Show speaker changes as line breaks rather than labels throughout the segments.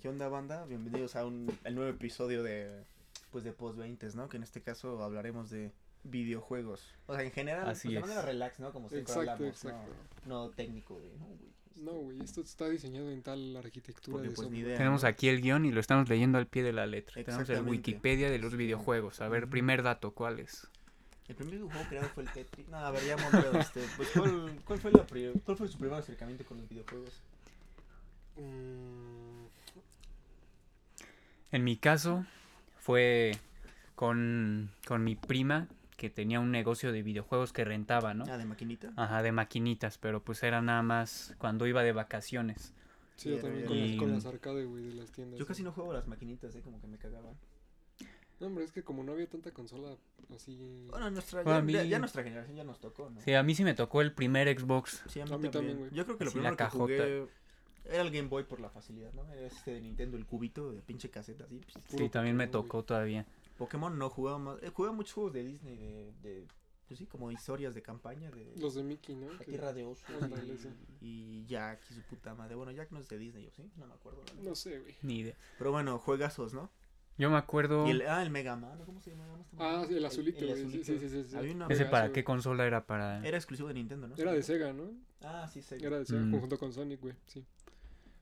¿Qué onda, banda? Bienvenidos a un al nuevo episodio de pues de Post 20, ¿no? Que en este caso hablaremos de videojuegos. O sea, en general,
Así
pues, de
es.
manera relax, ¿no? este, Como siempre
Exacto,
hablamos,
exacto.
No, no técnico, güey. No, güey. Este,
No, güey, esto está diseñado en tal arquitectura
Porque
de
pues ni
software.
idea.
Tenemos
¿no?
aquí el guión y lo estamos leyendo al pie de la letra. Tenemos el
Exactamente.
Wikipedia de los videojuegos. A ver,
Ujú.
primer dato, ¿cuál es?
El primer videojuego creado fue el Tetris. No, a ver, ya montado este, pues ¿cuál, cuál fue la pri- cuál fue su primer acercamiento con los videojuegos?
Mm,
En mi caso, fue con, con mi prima que tenía un negocio de videojuegos que rentaba, ¿no?
Ah, de maquinita.
Ajá, de maquinitas, pero pues era nada más cuando iba de vacaciones.
sí, yo también con,
Y-
las, con las arcade, güey, de las tiendas.
Yo casi
güey.
no juego a las maquinitas, eh, como que me cagaban.
No, hombre, es que como no había tanta consola así...
Bueno, nuestra,
Bueno,
ya,
a mí-
ya- ya nuestra generación ya nos tocó, ¿no?
Sí, a mí sí me tocó el primer Xbox.
Sí, a mí,
A mí
también.
también, güey.
Yo creo que lo
Así la
primero que
cajota.
jugué era el Game Boy por la facilidad, ¿no? Era este de Nintendo, el cubito de pinche caseta, así. pss.
Puro
Sí, también me
Pokémon, güey.
tocó todavía.
Pokémon no jugaba más. eh, jugaba muchos juegos de Disney, de, de. Pues sí, como historias de campaña, de.
Los de Mickey, ¿no?
la
Que-
tierra de osos.
Ándale,
y-
sí.
Y, Jack y su puta madre. Bueno, Jack no es de Disney, ¿o sí? No me acuerdo. la neta.
No sé, güey.
Ni idea.
Pero bueno, juegazos, ¿no?
Yo me acuerdo.
Y el, ah, el Mega Man, ¿no? ¿cómo se llama? este
Ah,
Mega
sí,
Man?
el azulito, güey. Sí, sí, sí, sí, sí.
Había una
¿Ese
Pegaso,
para
güey.
qué consola era? Para.
Era exclusivo de Nintendo, ¿no?
Era de Sega, ¿no?
Ah, sí, Sega.
Era de Sega,
Mm.
junto con Sonic, güey, sí.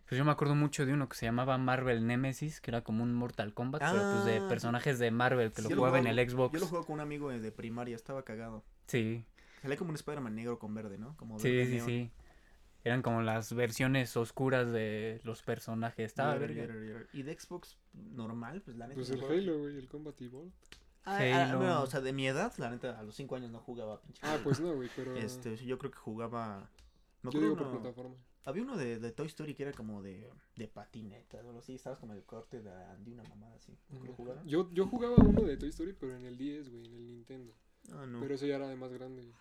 Pues yo me acuerdo mucho de uno que se llamaba Marvel Nemesis, que era como un Mortal Kombat, pero pues de
Ah,
personajes de Marvel que
Sí,
lo
yo
jugaba en
jugaba-
el Xbox.
Yo lo jugaba con un amigo de primaria, estaba cagado.
Sí,
Salía como un Spider-Man negro con verde, ¿no? Como
sí,
verde
sí,
neón.
sí. Eran como las versiones oscuras de los personajes. Estaba
Yer,
verga.
yer, yer. Y de Xbox normal, pues la neta.
Pues
no
el
juego-
Halo, güey, el Combat Evolved.
Ah, ah,
Halo.
no, o sea, de mi edad, la neta, a los 5 años no jugaba pinche.
Ah,
Halo.
pues no, güey, pero...
Este, yo creo que jugaba. Me
Yo
acuerdo
digo por
uno-
plataforma.
Había uno de, de Toy Story que era como de, de patineta, o algo así. Estabas como el corte de, de una mamada así. ¿No que lo jugaron?
Yo, yo jugaba uno de Toy Story, pero en el 10, güey, en el Nintendo.
Ah, no.
Pero eso ya era de más grande, güey.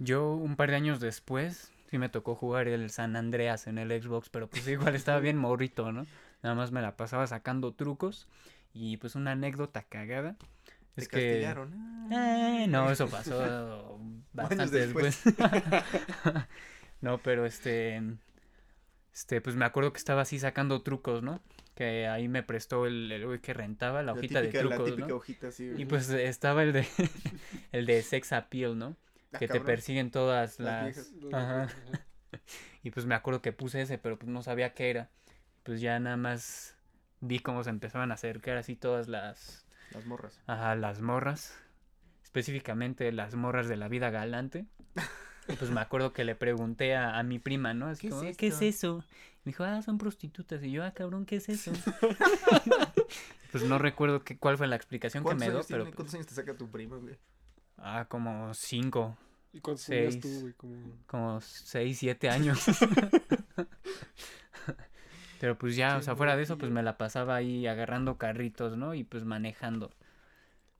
Yo, un par de años después, sí me tocó jugar el San Andreas en el Xbox, pero pues igual estaba bien morrito, ¿no? Nada más me la pasaba sacando trucos. Y pues una anécdota cagada.
Te
es que.
castigaron. ah.
Eh, no, eso pasó bastante
después.
después. no, pero este, este, pues me acuerdo que estaba así sacando trucos, ¿no? Que ahí me prestó el, el güey que rentaba la hojita
típica,
de
La
trucos,
típica
¿no?
hojita así.
Y
güey.
pues estaba el de, el de sex appeal, ¿no?
Ah,
que te
cabrón.
persiguen todas
Las
las,
viejas.
Los-
Ajá.
ajá.
y pues me acuerdo que puse ese, pero pues no sabía qué era. Pues ya nada más vi cómo se empezaban a acercar así todas las,
Las morras.
a las morras, específicamente las morras de la vida galante. Y pues me acuerdo que le pregunté a, a mi prima, ¿no? Así
¿Qué es
como, ¿qué es
esto?
eso? Me dijo, ah, son prostitutas. Y yo, ah, cabrón, ¿qué es eso? pues no recuerdo qué, cuál fue la explicación que
¿Cuántos,
me dio,
años tiene-
pero.
¿Cuántos años te saca tu prima, güey?
Ah, como cinco,
¿Y cuántos tenías tú,
Seis.
güey? Como...
como seis, siete años. pero pues ya, o
Qué
sea, fuera de eso, pues
morrillo.
me la pasaba ahí agarrando carritos, ¿no? Y pues manejando.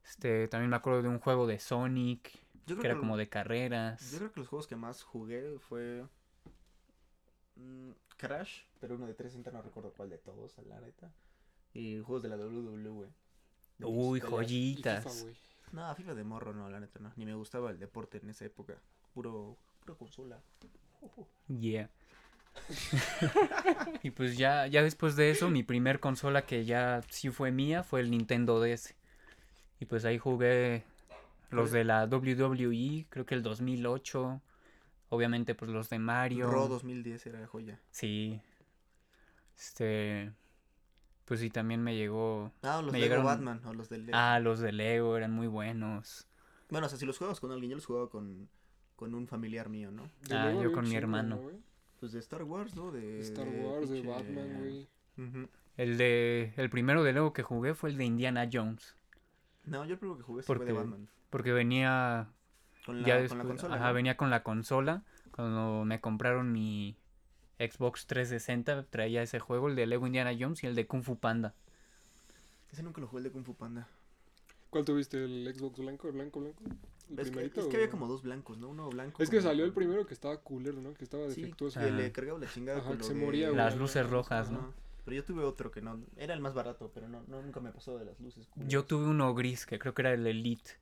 Este, también me acuerdo de un juego de Sonic.
Yo creo
que era
lo-
como de carreras.
Yo creo que los juegos que más jugué fue mm, Crash, pero uno de 360 no recuerdo cuál de todos, a la neta. Y juegos de la WWE. De
Uy,
peleas.
Y FIFA,
joyitas.
güey.
No, FIFA de morro no, la neta no. Ni me gustaba el deporte en esa época. Puro, puro consola.
Yeah. y pues ya, ya después de eso, mi primer consola que ya sí fue mía fue el Nintendo DS. Y pues ahí jugué
Pues
los de la WWE, creo que el 2008. Obviamente, pues los de Mario.
Ro 2010 era joya.
Sí. Este. Pues sí, también me llegó.
Ah, los
Me
de
llegaron-
Batman o los del Lego.
Ah, los de Lego eran muy buenos.
Bueno, o sea, si los jugabas con alguien, yo los jugaba con, con un familiar mío, ¿no?
De
Ah,
nuevo
yo
había un
con mi
chingo,
hermano.
¿no, güey?
Pues de Star Wars, ¿no? De
Star Wars, de
pinche-
Batman, güey.
Ujú.
El de. El primero de Lego que jugué fue el de Indiana Jones.
No, yo el primero que jugué sí
¿Por
fue de
qué?
Batman.
Porque venía
Con la,
ya
con
después,
la consola.
ajá,
¿no?
venía con la consola. Cuando me compraron mi Xbox 360, traía ese juego, el de Lego Indiana Jones y el de Kung Fu Panda.
Ese nunca lo jugué el de Kung Fu Panda.
¿Cuál tuviste? ¿El Xbox blanco, blanco, blanco? ¿El
Es que,
primerito?
es que había
o-
como dos blancos, ¿no? Uno blanco.
Es que
con-
salió el primero que estaba culero, ¿no? Que estaba
Sí,
defectuoso.
que
Ajá.
le cargaba la chingada.
Ajá,
con
que
lo
se
de-
moría, güey.
Las luces rojas, ¿no?
Ajá. Pero yo tuve otro que no. Era el más barato, pero no, no- nunca me pasó de las luces. culeras.
Yo tuve uno gris, que creo que era el Elite.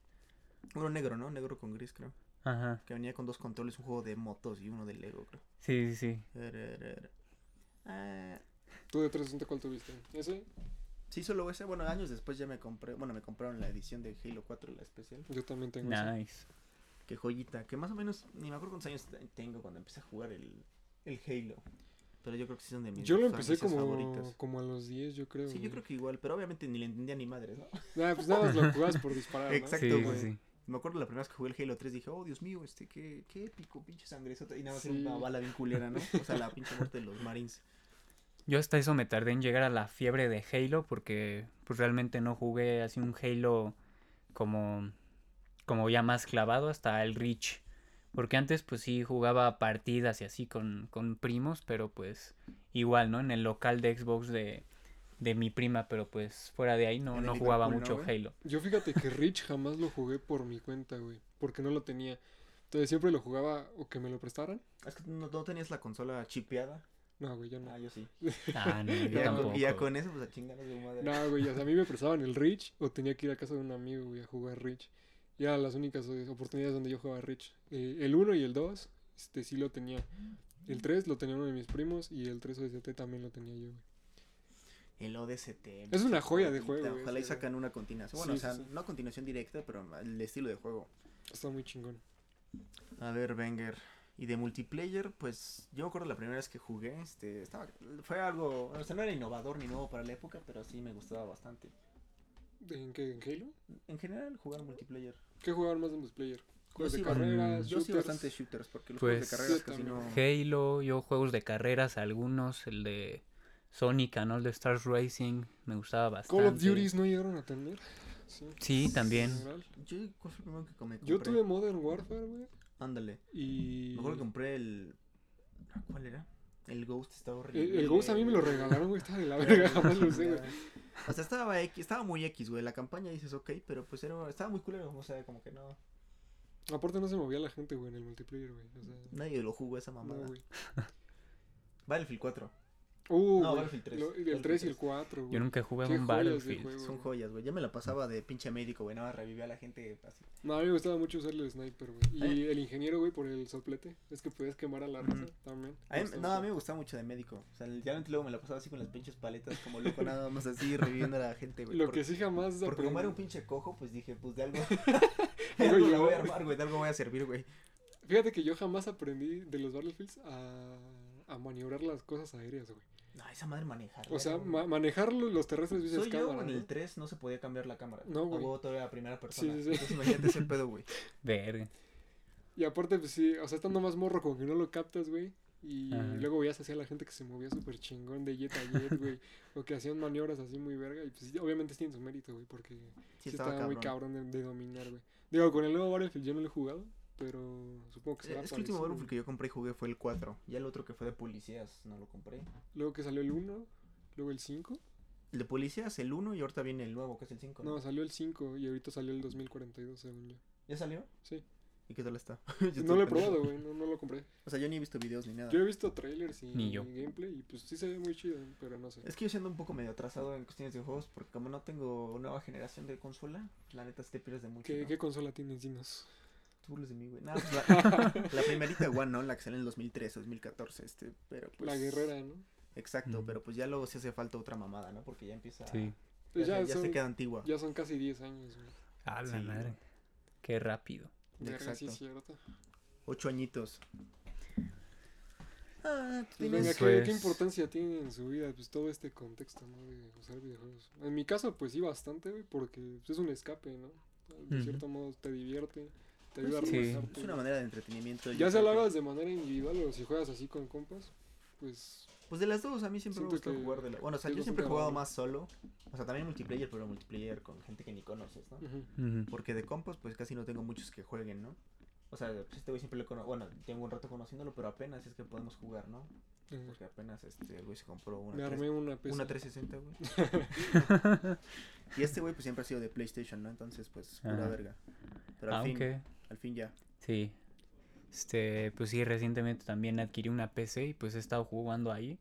Uno negro, ¿no? Negro con gris, creo.
Ajá.
Que venía con dos controles, un juego de motos y uno de Lego, creo.
Sí, sí, sí.
Ererere. Ah,
¿Tú de 360 cuál tuviste? ¿Ese?
Sí, solo ese. Bueno, años después ya me compré. Bueno, me compraron la edición de Halo 4, la especial.
Yo también tengo ese.
Nice.
Qué joyita. Que más o menos. Ni me acuerdo cuántos años te- tengo cuando empecé a jugar el, el Halo. Pero yo creo que sí son de mis
Yo lo empecé
franquicias
como,
favoritas.
como a los 10, yo creo.
Sí, yo creo que igual. Pero obviamente ni le entendía ni madre, ¿no?
Ah, pues nada más lo jugabas por disparar, ¿no?
Exacto,
sí,
güey.
sí, sí.
Me acuerdo la primera vez que jugué el Halo 3 dije, oh Dios mío, este, qué, qué épico, pinche sangresota. Y nada más era
Sí.
una bala bien culera, ¿no? O sea, la pinche muerte de los Marines.
Yo hasta eso me tardé en llegar a la fiebre de Halo porque pues realmente no jugué así un Halo como, como ya más clavado hasta el Reach. Porque antes pues sí jugaba partidas y así con, con primos, pero pues igual, ¿no? En el local de Xbox de, de mi prima, pero pues fuera de ahí no,
En el
no jugaba
Liverpool,
mucho
¿no, güey?
Halo.
Yo fíjate que Rich jamás lo jugué por mi cuenta, güey. Porque no lo tenía. Entonces siempre lo jugaba o que me lo prestaran.
Es que no, no tenías la consola chipeada.
No, güey, yo no.
Ah, yo sí.
Ah, no, yo
Y ya,
tampoco.
con, y ya con eso, pues a chingar a su madre.
No, güey, o sea, a mí me prestaban el Rich o tenía que ir a casa de un amigo, güey, a jugar Rich. Y eran las únicas eh, oportunidades donde yo jugaba Rich. Eh, el 1 y el 2, este sí lo tenía. El 3 lo tenía uno de mis primos y el 3 OST también lo tenía yo, güey.
El ODST.
Es una
pinche
joya de
joyita.
juego, güey,
Ojalá y
o sea.
sacan una continuación. Bueno,
Sí,
o sea,
sí, sí.
no continuación directa, pero el estilo de juego.
Está muy chingón.
A ver, Wenger. Y de multiplayer, pues yo me acuerdo la primera vez que jugué, este, estaba, fue algo, o sea, no era innovador ni nuevo para la época, pero sí me gustaba bastante.
¿En qué? ¿En Halo?
En general, jugar multiplayer.
¿Qué jugaban más de multiplayer? Juegos
sí
de
ba-
carreras,
Yo sí
Ah, shooters.
bastante shooters, porque los
Pues,
juegos de carreras
yo
casi no...
también.
Halo, yo juegos de carreras, algunos, el de Sonic, ¿no? El de Stars Racing, me gustaba bastante.
Call of Duty no llegaron a tener. Sí.
Sí, también.
En general.
Yo, ¿cuál fue el primero que com- me compré?
Yo tuve Modern Warfare, güey.
Ándale.
Y.
Me acuerdo que compré el... ¿Cuál era? El Ghost estaba horrible.
El, el Ghost a mí me lo regalaron, güey. Estaba de la verga, jamás lo usé, güey.
O sea, estaba, X, estaba muy X, güey. La campaña dices, ok, pero pues era, estaba muy culero. O sea, como que no...
Aparte no se movía la gente, güey, en el multiplayer, güey. O sea,
Nadie lo jugó esa
no,
mamada.
güey.
Battlefield 4.
Uh,
No,
güey,
Battlefield tres.
lo- el
Battlefield
3 y el
tres.
4, güey.
Yo nunca he jugado
Qué
un
joyas de
Battlefield.
juego,
Son
güey.
joyas, güey. Ya me la pasaba de pinche médico, güey. Nada más revivía a la gente así.
No, a mí me gustaba mucho usar el sniper, güey. Y el ingeniero, güey, por el soplete. Es que podías quemar a la raza
Ujú.
también.
A mí-
Me
no, a
gustaba
mí
mucho.
me gustaba mucho de médico. O sea, literalmente luego me la pasaba así con las pinches paletas como loco, nada más así reviviendo a la gente, güey.
Lo
Por-
que sí jamás
Porque como era un
aprendí.
pinche cojo, pues dije, pues de algo. de algo la voy a armar, güey. De algo voy a servir, güey.
Fíjate que yo jamás aprendí de los Battlefields a, a maniobrar las cosas aéreas, güey.
No, esa madre manejar.
O sea, ma- manejar lo- los terrestres vía
Soy yo
cámara.
en
¿no?
el 3 no se podía cambiar la cámara.
No, güey.
A huevo todavía la primera persona.
sí, sí.
Entonces imagínate ese pedo, güey.
Verga.
Y aparte, pues sí, o sea, estando más morro como que no lo captas, güey. Y
Ajá.
luego veías así a la gente que se movía súper chingón de jet a jet, güey. o que hacían maniobras así muy verga. Y pues sí, obviamente sí tiene su mérito, güey, porque sí,
Sí,
estaba,
estaba cabrón.
muy cabrón de, de dominar, güey. Digo, con el nuevo Battlefield yo no lo he jugado, pero supongo que será
Eh, Es que el último
parecido,
Battlefield que yo compré y jugué fue el 4. Ya el otro que fue de policías no lo compré.
güey. Luego que salió el 1, luego el 5.
El de policías, el 1 y ahorita viene el nuevo, que es el 5.
No, salió el 5 y ahorita salió el 2042, según yo.
¿Ya salió?
Sí.
¿Y qué tal Ah. está? Yo estoy
no lo he
pendejo.
probado, güey, no, no lo compré.
O sea, yo ni he visto videos ni nada.
Yo he visto trailers y,
Ni yo.
y gameplay y pues sí se ve muy chido, pero no sé.
Es que yo siendo un poco medio atrasado en cuestiones de juegos, porque como no tengo nueva generación de consola, la neta sí te pierdes de mucho.
¿Qué,
¿no?
¿Qué consola tienes, dinos?
Tú burles de mí, güey. Nada, pues la, la primerita One, ¿no? La que sale en el 2013, 2014, este, pero pues...
La guerrera, ¿no?
Exacto,
Mm.
pero pues ya luego sí hace falta otra mamada, ¿no? Porque ya empieza...
Sí.
Ya,
Pues ya,
se- ya se
son,
queda antigua.
ya son casi 10 años, güey.
A la
Sí.
madre. Qué rápido.
Verga, sí es
Exacto.
cierto.
Ocho añitos. Ah, tú
Pues
tienes-
venga, ¿qué,
Pues-
qué importancia tiene en su vida pues, todo este contexto ¿no? de usar videojuegos? En mi caso, pues sí, bastante, güey, porque pues, es un escape, ¿no? De
Ujú.
cierto modo te divierte, te ayuda
Pues
a
sí,
Es
relajarte.
una manera de entretenimiento. yo
Ya sea
creo
lo
que-
hagas de manera individual o si juegas así con compas, pues
Pues de las dos, a mí siempre me
Siento
gusta
que-
jugar de la... Bueno, o sea,
que es
yo siempre he
bastante
jugado
agradable.
más solo. O sea, también multiplayer, pero multiplayer con gente que ni conoces, ¿no?
ujú.
Ujú.
Porque de compas, pues casi no tengo muchos que jueguen, ¿no? O sea, pues este güey siempre lo conozco. Bueno, tengo un rato conociéndolo, pero apenas es que podemos jugar, ¿no?
Eh,
Porque apenas este el güey se compró
me
una,
armé pues.
tres-
una PC.
una 360, güey. y este güey, pues siempre ha sido de PlayStation, ¿no? Entonces, pues, pura
Ajá.
verga. Pero al, fin,
Aunque,
al fin ya.
Ah, sí. Este, pues sí, recientemente también adquirí una PC y pues he estado jugando ahí.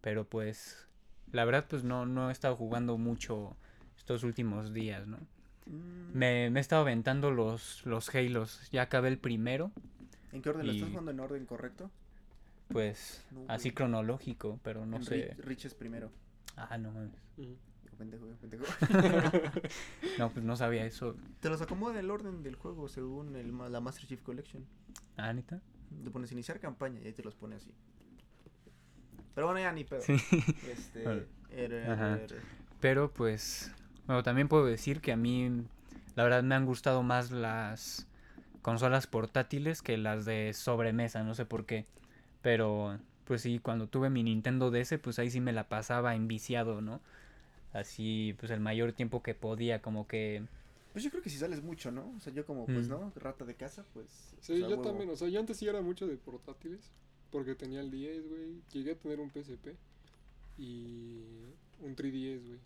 Pero pues, la verdad, pues no, no he estado jugando mucho estos últimos días, ¿no?
Mm,
Me, me he estado aventando los, los Halos. Ya acabé el primero.
¿En qué orden? ¿Lo
y-
estás jugando en orden correcto?
pues,
No,
así
güey.
cronológico, pero no
En
sé.
Ri- Rich es primero.
Ah, no mames.
Ujú.
Digo, pendejo, digo, pendejo.
No, pues no sabía eso.
Te los acomoda el orden del juego según el, ma- la Master Chief Collection.
Ah, neta.
Te pones iniciar campaña y ahí te los pone así. Pero bueno, ya ni pedo.
Sí.
Este,
Vale.
er-
Ajá.
er-
Pero pues, bueno, también puedo decir que a mí, la verdad, me han gustado más las consolas portátiles que las de sobremesa, no sé por qué. Pero, pues sí, cuando tuve mi Nintendo DS, pues ahí sí me la pasaba enviciado, ¿no? Así, pues el mayor tiempo que podía, como que...
Pues yo creo que si sales mucho, ¿no? O sea, yo como, pues
Mm.
no, rata de casa, pues.
Sí,
pues, a
yo
huevo.
también, o sea, yo antes sí era mucho de portátiles, porque tenía el 10, güey, llegué a tener un PSP y un 3DS, güey.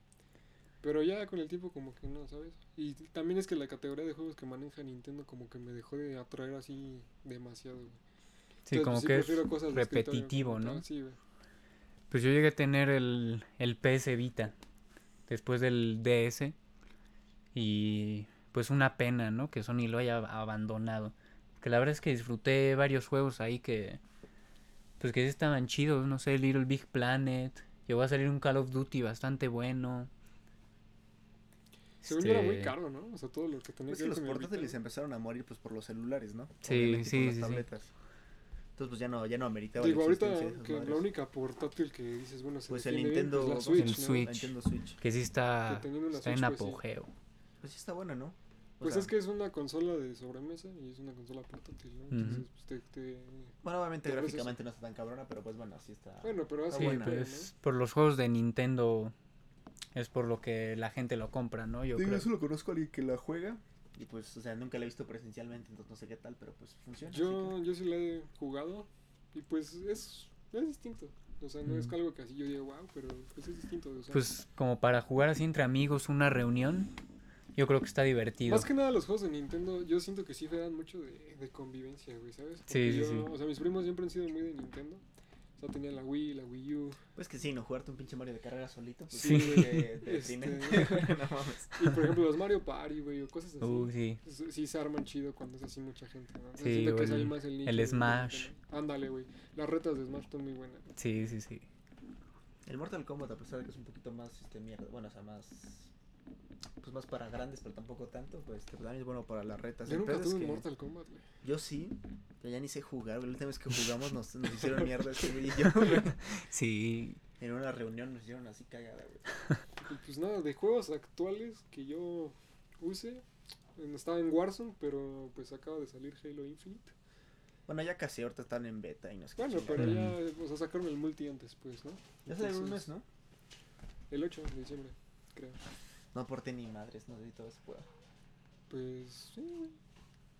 Pero ya con el tiempo como que no, ¿sabes? Y también es que la categoría de juegos que maneja Nintendo como que me dejó de atraer así demasiado, güey.
Sí,
Entonces,
como
pues, sí
que es
prefiero cosas de escritorio,
repetitivo,
como
¿no?
tal, Sí, güey.
Pues yo llegué a tener el, el PS Vita después del DS y pues una pena, ¿no? Que Sony lo haya ab- abandonado. Que la verdad es que disfruté varios juegos ahí que pues que sí estaban chidos, no sé, Little Big Planet, llegó a salir un Call of Duty bastante bueno.
Según yo era muy
Este,
caro, ¿no? O sea, todo lo que tenía
Es Pues que
que ver
los
con mi Vita,
portátiles
¿no?
empezaron a morir, pues por los celulares, ¿no?
Sí,
Obviamente,
sí,
por las
sí, sí.
tabletas. Entonces, pues ya no, ya no ameritaba
Digo,
la
ahorita
existencia de esas
que la
madres.
única portátil que dices, bueno, se
Pues el
defiende bien, pues,
Nintendo-
la Switch,
El
¿no?
La
Switch.
Nintendo Switch.
Que sí está,
Dependiendo de la
está en
Switch, pues, sí.
apogeo.
Pues sí está buena, ¿no? O
Pues
sea,
es que es una consola de sobremesa y es una consola portátil, ¿no? Entonces, pues, te, te-
Bueno, obviamente
Pero eso es-
gráficamente no está tan cabrona, pero pues bueno, sí está.
Bueno, pero
Está
hace...
Sí,
buena. ¿eh?
pero es por los juegos de Nintendo es por lo que la gente lo compra, ¿no? Yo creo.
solo conozco a alguien que la juega. Y pues, o sea, nunca la he visto presencialmente, entonces no sé qué tal, pero pues funciona. así
Yo, yo sí la he jugado y pues es, es distinto. O sea, no es
Ujú.
algo que así yo diga, wow, pero pues es distinto. O sea,
Pues como para jugar así entre amigos una reunión, yo creo que está divertido.
Más que nada los juegos de Nintendo, yo siento que sí dan mucho de, de convivencia, güey, ¿sabes? Porque
sí,
yo-
sí.
O sea, mis primos siempre han sido muy de Nintendo. O sea, tenía la Wii, la Wii U.
que- Pues que sí, no jugarte un pinche Mario de carrera solito. Pues,
Sí.
sí. De, de
Este-
deprimente. no mames.
Y por ejemplo los Mario Party, güey, o cosas así.
Uh, sí.
S- Sí se arman chido cuando es así mucha gente, ¿no? O sea,
Sí,
siento
o
que es ahí
el-
más el
el
nicho de- de
Smash.
Nintendo. Ándale, güey. Las retas de Smash son muy buenas.
Sí, sí, sí.
El Mortal Kombat, a pesar de que es un poquito más este, mierda. Bueno, o sea, más. Pues más para grandes, pero tampoco tanto. Pues este, también es bueno para las retas.
Yo
El
nunca
pedo es
tuve un
que-
Mortal Kombat, güey.
Yo sí, pero ya ni sé jugar. güey. La última vez que jugamos nos, nos hicieron mierda ese güey y yo. güey.
Sí.
En una reunión nos hicieron así cagada, güey.
Y pues nada, de juegos actuales que yo use, en- estaba en Warzone, pero pues acaba de salir Halo Infinite.
Bueno, ya casi ahorita están en beta y no sé qué
Bueno, pero
chingados.
ya,
Mm.
o sea, sacaron el multi antes, pues, ¿no?
Ya salieron un
entonces-
mes, ¿no?
El 8 de diciembre, creo.
No aporté ni madres, no sé si todo se pueda.
Pues, sí, güey.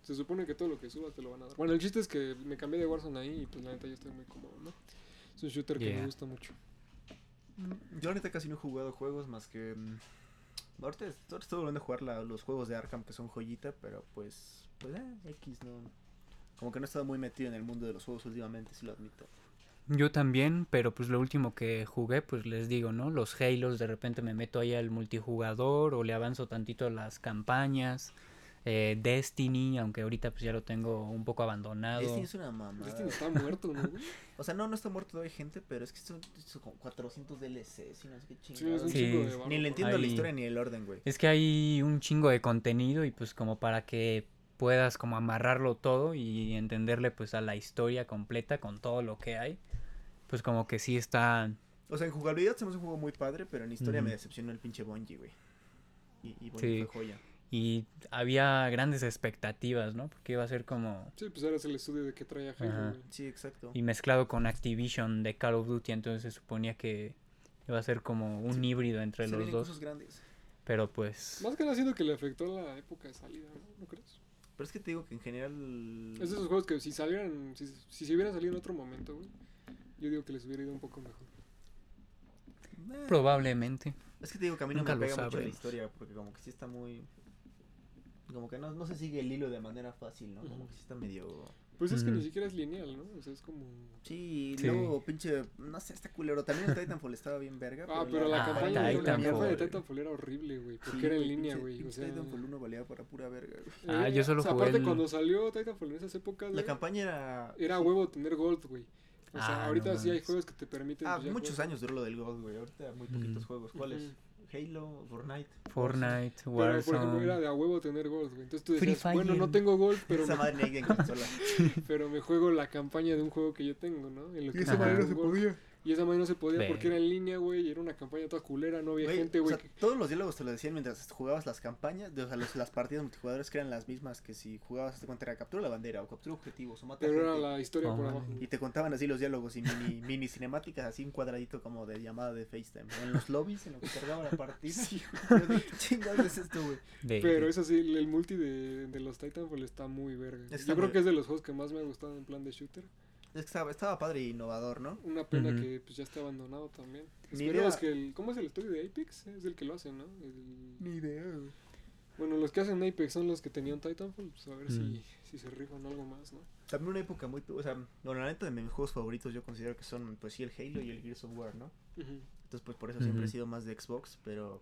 Se supone que todo lo que subas te lo van a dar. Bueno, el chiste es que me cambié de Warzone ahí y pues la neta yo estoy muy cómodo, ¿no? Es un shooter que
Yeah.
me gusta mucho.
Mm, Yo ahorita casi no he jugado juegos más que... mm, Ahorita, es- ahorita estoy volviendo a jugar la- los juegos de Arkham que son joyita, pero pues... Pues eh, X no... Como que no he estado muy metido en el mundo de los juegos últimamente, si lo admito.
Yo también, pero pues lo último que jugué, pues les digo, ¿no? Los Halos, de repente me meto ahí al multijugador o le avanzo tantito a las campañas. Eh, Destiny, aunque ahorita pues ya lo tengo un poco abandonado.
Destiny Este es una mamada.
Destiny Pues este está muerto, ¿no, güey?
O sea, no, no está muerto, hay gente, pero es que son, son como 400 DLCs y no sé qué
Sí, es
chingados.
un
Sí.
chingo de
Ni
barro,
le entiendo la
Ahí-
historia ni el orden, güey.
Es que hay un chingo de contenido y pues como para que puedas como amarrarlo todo y entenderle pues a la historia completa con todo lo que hay, pues como que sí está...
O sea, en jugabilidad se me hace un juego muy padre, pero en historia me
Ujú.
decepcionó el pinche Bungie, güey. Y, y Bungie
Sí.
fue joya.
Y había grandes expectativas, ¿no? Porque iba a ser como...
Sí, pues ahora es el estudio de que trae a
Ajá.
Halo, güey.
Sí, exacto.
Y mezclado con Activision de Call of Duty, entonces se suponía que iba a ser como un híbrido entre
Se
los
vienen
dos.
cosas grandes.
Pero pues...
Más que nada siento que le afectó la época de salida, ¿no? ¿No crees?
Pero es que te digo que en general...
Es
Mm.
de esos juegos que si salieran, si, si se hubieran salido en otro momento, güey, yo digo que les hubiera ido un poco mejor.
Eh,
Probablemente.
Es que te digo que a mí no
Nunca
me
lo
pega mucho la
sabremos.
historia, porque como que sí está muy... Como que no, no se sigue el hilo de manera fácil, ¿no? Como
Ujú.
que sí está medio...
Pues es que ni
Ujú.
siquiera es lineal, ¿no? O sea, es como...
Sí,
Sí.
luego pinche... No sé, está culero. También el Titanfall estaba bien verga.
Ah, pero la
Ah,
campaña, la
Titanfall.
campaña de
güey.
Titanfall era horrible, güey, porque
Sí,
era en
güey,
línea,
pinche-
güey. O
pinche
sea, eh,
Titanfall 1 valía para pura verga, güey.
Ah, yo solo
o sea,
jugué
Aparte,
el-
cuando salió Titanfall en esas épocas,
La
güey,
campaña era...
era
sí,
huevo tener gold, güey. O sea,
Ah,
ahorita
no
sí hay
mames.
juegos que te permiten.
Ah,
pues, ya
muchos
jugar.
años duró lo del God, güey. Ahorita muy poquitos juegos. ¿Cuáles? Halo, Fortnite.
Fortnite,
Pero, por ejemplo, era
Warzone.
de a huevo tener gold, güey. Entonces tú
Free
decías, bueno, no
Fire.
tengo gold, pero
Esa
me,
madre ni hay en consola.
pero me juego la campaña de un juego que yo tengo, ¿no? En lo que
esa
tengo
madre no
un gold. Y esa manera no se podía
Ve.
porque era en línea, güey. y Era una campaña toda culera, no había
Güey,
gente,
o
güey.
sea, todos los diálogos te lo decían mientras jugabas las campañas, de- o sea, los- las partidas multijugadores que eran las mismas que si jugabas te contra captura la bandera o captura objetivos o mata
Pero era
gente.
la historia
No
por
mames.
abajo.
Y te contaban así los diálogos y mini, mini cinemáticas, así un cuadradito como de llamada de FaceTime. En los lobbies, en lo que cargaba la partida.
Sí,
Yo de, "¿Qué chingados es esto, güey?
de-
Pero eso sí, el el multi de, de los Titanfall está muy verga.
Está
Yo creo
muy-
que es de los juegos que más me ha gustado en plan de shooter.
Es que estaba, estaba padre e innovador, ¿no?
Una pena
Ujú.
que pues, ya está abandonado también.
Ni
Esperemos
idea.
que el... ¿Cómo es el estudio de Apex? Es el que lo hace, ¿no? El-
Ni idea, güey.
Bueno, los que hacen Apex son los que tenían Titanfall. Pues a ver si,
Mm.
si se rifan algo más, ¿no?
También una época muy. O sea, bueno, la neta de mis juegos favoritos yo considero que son, pues sí, el Halo y el Gears of War, ¿no?
Ujú.
Entonces, pues por eso siempre he
Ujú.
sido más de Xbox, pero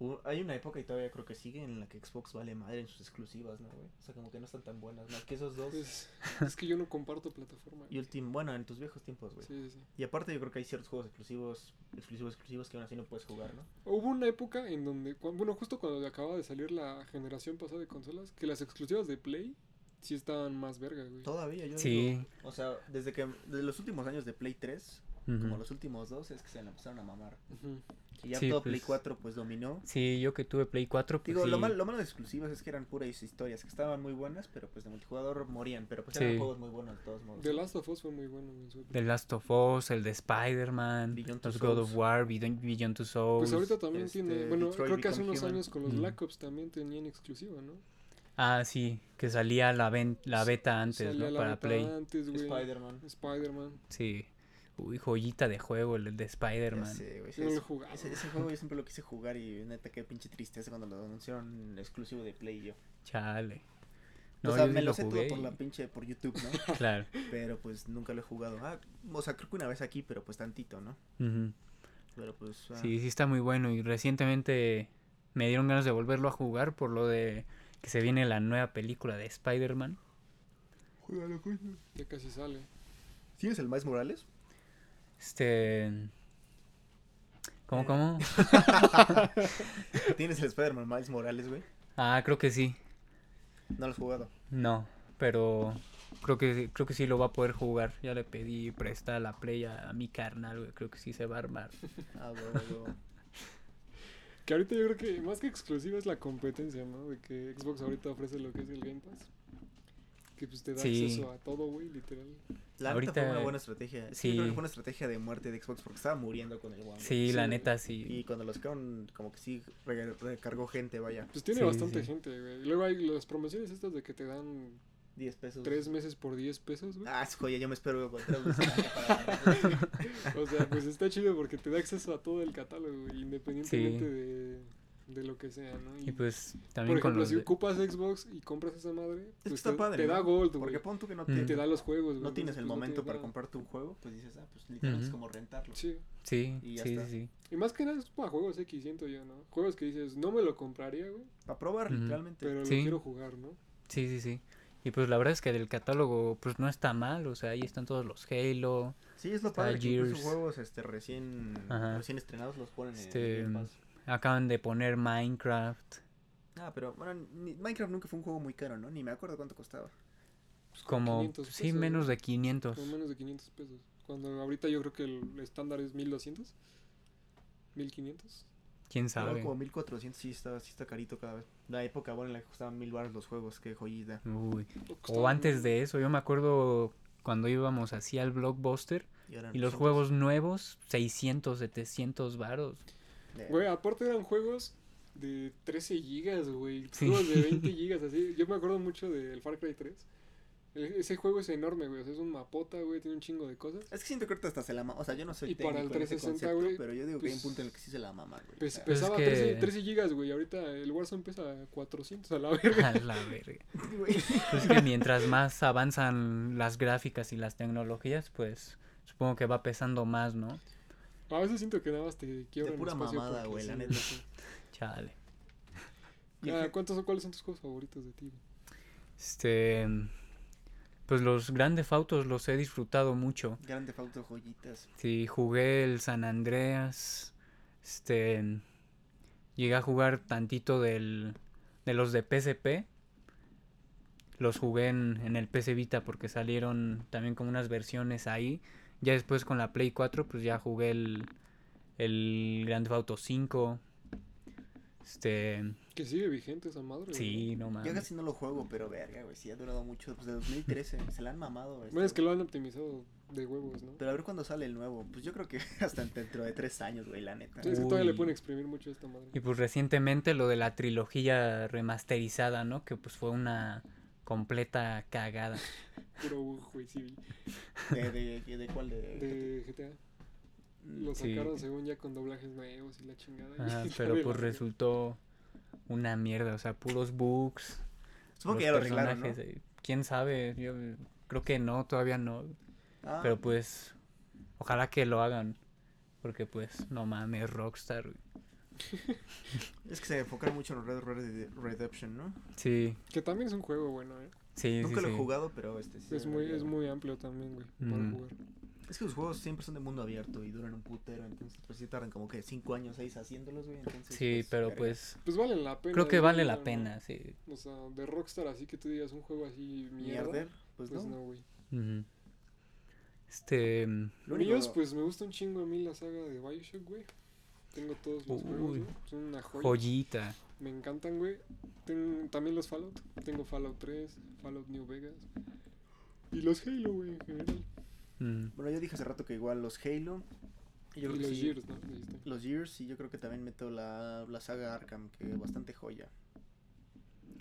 hu- hay una época y todavía creo que sigue en la que Xbox vale madre en sus exclusivas, ¿no, güey? O sea, como que no están tan buenas, más que esos dos.
Pues, es que yo no comparto plataforma.
Y
güey.
ultim bueno, en tus viejos tiempos, güey.
Sí, sí, sí.
Y aparte yo creo que hay ciertos juegos exclusivos, exclusivos, exclusivos que aún así no puedes jugar, ¿no?
Hubo una época en donde, cu- bueno, justo cuando acababa de salir la generación pasada de consolas, que las exclusivas de Play sí estaban más verga, güey.
Todavía yo digo,
Sí.
o sea, desde que desde los últimos años de Play 3, como
ujú.
los últimos dos es que se la empezaron a mamar.
Ujú.
Y ya
Sí,
todo
pues.
Play 4 pues dominó.
Sí, yo que tuve Play 4, pues
Digo, lo,
sí.
mal- lo malo de exclusivas es que eran puras historias, que estaban muy buenas, pero pues de multijugador morían, pero pues
Sí.
eran juegos muy buenos de todos modos.
The Last of Us fue muy bueno, güey. en su época.
The Last of Us, el de Spider-Man,
Beyond Two
los God
Souls.
of War, Beyond, Beyond Two Souls.
Pues ahorita también
este,
tiene, bueno,
Detroit
creo que hace
Become
unos
Human.
años con los
Ujú.
Black Ops también tenían exclusiva, ¿no?
Ah, sí, que salía la, ven- la beta antes,
Salía
¿no?
la
Para
beta
Play.
Antes, güey.
Spider-Man.
Spider-Man.
Sí. Uy, joyita de juego el de
Ya
Spider-Man.
sé, güey,
Yo no lo he
ese-
jugado.
Ese, ese juego yo siempre lo quise jugar y neta qué pinche tristeza cuando lo anunciaron exclusivo de Play yo.
Chale. No,
o sea,
yo
me
sí
lo
lo
sé todo
jugué
por
y-
la pinche por YouTube, ¿no?
Claro.
pero pues nunca lo he jugado. Ah, o sea, creo que una vez aquí, pero pues tantito, ¿no?
ujú.
Pero pues ah,
Sí, sí está muy bueno. Y recientemente me dieron ganas de volverlo a jugar por lo de que se viene la nueva película de Spider-Man.
Júgalo, coño.
Ya casi sale.
¿Tienes el Miles Morales?
Este... ¿Cómo,
Eh.
cómo?
¿Tienes el Spider-Man Miles Morales, güey?
Ah, creo que sí.
No lo has jugado.
No, pero creo que creo que sí lo va a poder jugar. Ya le pedí prestar la play a, a mi carnal, güey. Creo que sí se va a armar.
Ah, güey, güey.
Que ahorita yo creo que más que exclusiva es la competencia, ¿no? De que Xbox ahorita ofrece lo que es el Game Pass. Que pues te da
Sí.
acceso a todo, güey, literal.
La Ahorita... fue
Ahorita-
una buena estrategia. Sí. Yo creo que
sí.
fue una estrategia de muerte de Xbox porque estaba muriendo con el One. güey.
Sí, la
Sí.
neta sí.
Y cuando lo sacaron, como que sí re- recargó gente, vaya.
Pues tiene
Sí,
bastante
sí.
gente, güey. Y Luego hay las promociones estas de que te dan
10 pesos.
tres meses por 10 pesos, güey.
Ah, es joya, yo me espero con tres meses para-
O sea, pues está chido porque te da acceso a todo el catálogo, güey, independientemente de, de lo que sea, ¿no?
Y pues
por
también con
ejemplo,
los
si
de-
ocupas Xbox y compras esa madre,
que
pues
está
te,
padre,
te da
¿no?
gold, güey.
Porque pon tú que no,
Mm.
te-
Te da los juegos, güey.
no tienes el
pues no
momento
tienes
para
nada.
comprarte un juego, pues dices, ah, pues literal es
Ujú.
como rentarlo.
Sí.
Sí,
y
sí,
ya
sí,
está.
sí.
Y más que nada es para juegos X, siento yo, ¿no? Juegos que dices, no me lo compraría, güey,
Para probar,
Ujú.
literalmente.
pero lo
Sí.
quiero jugar, ¿no?
Sí, sí, sí. Y pues la verdad es que del catálogo pues no está mal, o sea, ahí están todos los Halo.
Sí, es lo
Está
padre. Que incluso
Gears.
juegos este, recién,
Ajá.
recién estrenados los ponen
Este,
en Game Pass.
Acaban de poner Minecraft.
Ah, pero bueno, ni- Minecraft nunca fue un juego muy caro, ¿no? Ni me acuerdo cuánto costaba.
Pues con
Como
500
sí,
pesos,
menos
güey,
de 500.
Con menos de 500 pesos. Cuando ahorita yo creo que el estándar es 1200. 1500.
¿Quién
Igual
sabe?
como 1400, sí está, sí está carito cada vez. La época, bueno, en la que costaban mil baros los juegos, qué joyita.
Uy. O
costaba
antes
mil.
de eso, yo me acuerdo cuando íbamos así al Blockbuster
Y, ahora
y los
Ah, nosotros-
juegos nuevos 600, 700 varos.
Eh,
Güey, aparte eran juegos de 13 gigas, güey.
Sí.
Juegos de 20 gigas, así. Yo me acuerdo mucho del Far Cry 3. El- ese juego es enorme, güey. O sea, es un mapota, güey. Tiene un chingo de cosas.
Es que siento que ahorita hasta se la mama. O sea, yo no soy
Y para el
técnico en ese
360,
concepto,
güey,
pero yo digo que hay un
pues-
punto en el que sí se la mama, güey.
Pes-
O sea,
Pues es
pesaba
que-
13, 13 gigas, güey. Ahorita el Warzone pesa 400 a la verga.
A la verga.
güey.
Pues que mientras más avanzan las gráficas y las tecnologías, pues supongo que va pesando más, ¿no?
A veces siento que nada más te quiebran
pura
espacio
mamada,
porque
güey, la
sí,
neta.
sí.
Chale.
Y
Ah,
el-
¿cuántos, ¿Cuáles son tus juegos favoritos de ti? güey?
Este. pues los grandes autos los he disfrutado mucho.
Grande Fauto Joyitas.
Sí, jugué el San Andreas. Este. Llegué a jugar tantito del, de los de PSP. Los jugué en, en el PS Vita porque salieron también como unas versiones ahí. Ya después con la Play 4, pues ya jugué el, el Grand Theft Auto 5. Este.
Que sigue vigente esa madre. güey.
Sí, no
Yo
mames.
casi no lo juego, pero verga, güey. Sí, ha durado mucho. Pues de 2013. se la han mamado, güey.
Bueno, es que lo han optimizado de huevos, ¿no?
Pero a ver cuándo sale el nuevo. Pues yo creo que hasta dentro de tres años, güey, la neta.
Sí, es que todavía le
Uy.
pueden exprimir mucho a esta madre.
Y pues recientemente lo de la trilogía remasterizada, ¿no? Que pues fue una completa cagada.
Puro güey civil.
¿De, de, de, cuál? De, mm,
De GTA. Lo
Sí.
sacaron según ya con doblajes nuevos y la chingada.
Ajá,
y
pero
vale
pues
madre.
resultó una mierda, o sea, puros bugs.
Supongo que ya
los
lo arreglaron, ¿no?
personajes, eh, ¿Quién sabe? Yo eh, creo que no, todavía no.
Ah,
eh, Pero pues, ojalá que lo hagan. Porque pues, no mames, Rockstar. güey.
Es que se enfocaron mucho en Red Red Redemption, ¿no?
Sí,
Que también es un juego bueno, ¿eh?
sí,
Nunca
sí,
lo he
sí.
jugado, pero este sí.
Es
lo
muy,
he
es
jugado.
muy amplio también, güey, para
Ujú.
jugar.
Es que los juegos siempre son de mundo abierto y duran un putero, entonces pues sí tardan como que 5 años, 6 haciéndolos, güey, entonces...
Sí, pero
verga.
pues,
Pues valen la pena.
creo que
yo
vale
digo,
la
¿no?
pena, sí.
O sea, de Rockstar, así que tú digas un juego así mierda.
Mierder, pues,
Pues,
no.
no, güey.
Ujú. Este, mm,
Lo único-
Míos, pues me gusta un chingo a mí la saga de Bioshock, güey. Tengo todos los juegos,
Uy.
güey. Son una joya.
joyita.
Me encantan, güey. Ten- también los Fallout. Tengo Fallout 3, Fallout New Vegas. Y los Halo, güey, en general.
Mm.
Bueno, yo dije hace rato que igual los Halo... Y yo
y
creo que
los
sí,
Gears, ¿no? Ahí está.
Los Gears, y yo creo que también meto la, la saga Arkham, que es bastante joya.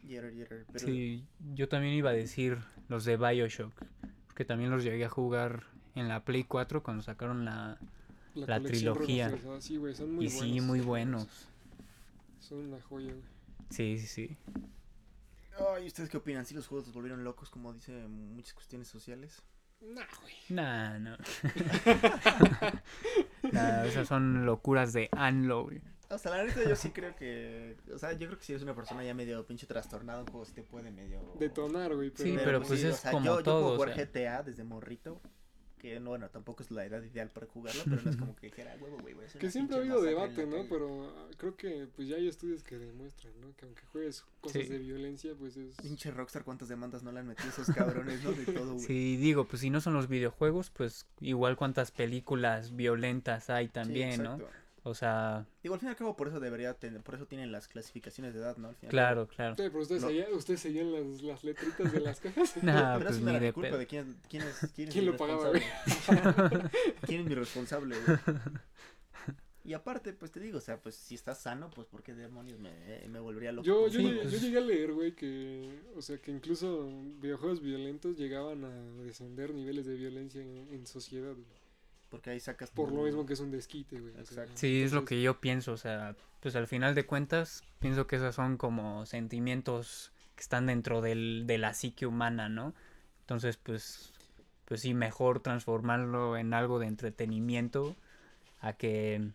Yeter, yeter, pero...
Sí, yo también iba a decir los de Bioshock, porque también los llegué a jugar en la Play 4 cuando sacaron la... La
colección
trilogía.
remasterizada, Sí, güey, son muy
y
buenos.
sí, muy
esos
buenos.
juegos. Son una joya, güey.
Sí, sí, sí.
Ay, ¿ustedes qué opinan? ¿Sí los juegos los volvieron locos, como dice en muchas cuestiones sociales?
Nah, güey.
Nah, no. Nah, esas son locuras de Anlo, güey.
Hasta la neta yo sí creo que... O sea, yo creo que si eres una persona ya medio pinche trastornada, un juego sí te puede medio...
Detonar, güey.
Sí, pero pues
o
es
sea,
como
yo, yo
todo,
puedo
o
jugar
sea.
GTA desde morrito, que no, bueno, tampoco es la edad ideal para jugarlo, pero no es como que dijera, huevo, güey, voy a hacer
Que
una
siempre ha
pinche
habido
masacre
debate,
en la
¿no?
calle".
Pero ah, creo que pues ya hay estudios que demuestran, ¿no? Que aunque juegues cosas
Sí.
de violencia, pues es...
Pinche Rockstar, ¿cuántas demandas no le han metido esos cabrones, no? De todo, güey.
Sí, digo, pues si no son los videojuegos, pues igual cuántas películas violentas hay
Sí,
también, ¿no?
exacto.
O sea,
Digo, al fin y al cabo, por eso debería tener, por eso tienen las clasificaciones de edad, ¿no? Al fin y al
claro, claro.
Sí, pero ustedes,
No.
seguían, ustedes seguían las, las letritas de las cajas.
cabo.
Nah,
pero
pues
eso no
ni
era mi
de
culpa
pedo.
de quién, quién es, quién es
¿Quién
mi
lo pagaba, güey?
responsable. ¿Quién es mi responsable, güey? Y aparte, pues te digo, o sea, pues si estás sano, pues ¿por qué demonios me, me volvería loco?
Yo,
con
yo,
Sí,
juegos?
llegué, yo
pues.
llegué a leer, güey, que, o sea, que incluso videojuegos violentos llegaban a descender niveles de violencia en, en sociedad, güey.
Porque ahí sacas
Por
tu-
lo mismo que es un desquite, güey. o sea,
Exacto.
Sí, es lo
entonces,
que yo pienso, o sea, pues al final de cuentas, pienso que esos son como sentimientos que están dentro del, de la psique humana, ¿no? Entonces, pues, pues sí, mejor transformarlo en algo de entretenimiento a que,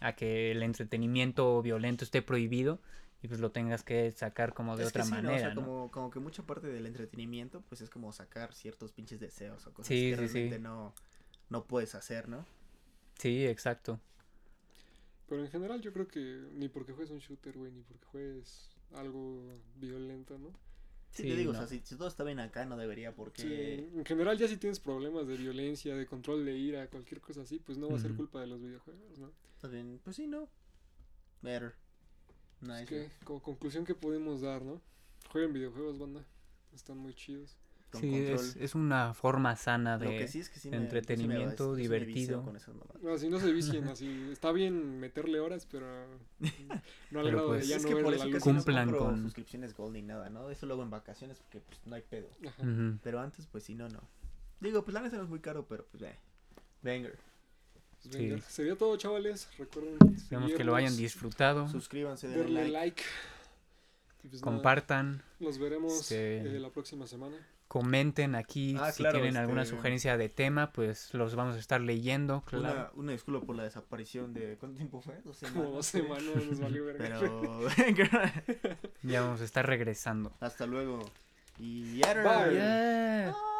a que el entretenimiento violento esté prohibido y pues lo tengas que sacar como de
Es que
otra
sí, ¿no?
manera,
O sea,
¿no?
Como, como que mucha parte del entretenimiento, pues es como sacar ciertos pinches deseos o cosas
Sí,
que
sí, sí.
realmente no, no puedes hacer, ¿no?
Sí, exacto.
Pero en general yo creo que ni porque juegues un shooter, güey, ni porque juegues algo violento, ¿no?
Sí,
Sí,
te digo,
no.
o sea, si, si todo está bien acá, no debería porque...
Sí, en general ya si tienes problemas de violencia, de control de ira, cualquier cosa así, pues no va a ser
Ujú.
culpa de los videojuegos, ¿no?
Más bien, pues sí, no. Better. Nice.
Es que, como conclusión que podemos dar, ¿no? Jueguen videojuegos, banda. Están muy chidos.
Con
sí,
control.
es, es una forma sana de...
Lo que sí es que sí me- yo sí me-
entretenimiento,
yo sí me vicio
divertido.
con esas mamadas.
No, si no se vicien, así. Está bien meterle horas, pero no
Pero
al grado
pues,
de ya
es
no
que
ver
por
la
eso
luz.
casi no
Cumplan
compro
con-
suscripciones Gold ni nada, ¿no? Eso luego en vacaciones porque pues no hay pedo.
Ajá.
Ujú.
Pero antes, pues sí, no, no. Digo, pues la neta no es muy caro, pero pues eh. Venga.
Pues venga,
Sí.
sería todo, chavales. Recuerden.
Esperemos que lo hayan
seguirnos,
disfrutado,
Suscríbanse, denle
Darle
like.
like. Y pues nada,
compartan.
Nos veremos
Este-
eh, la próxima semana.
comenten aquí
Ah,
si
claro,
tienen alguna
este-
sugerencia de tema, pues los vamos a estar leyendo,
Una,
claro.
una disculpa por la desaparición de. ¿Cuánto tiempo fue? Dos semanas.
Como dos semanas nos valió verga.
Pero. venga.
Ya vamos a estar regresando.
Hasta luego. Y.
Bye.
Ah,
Yeah.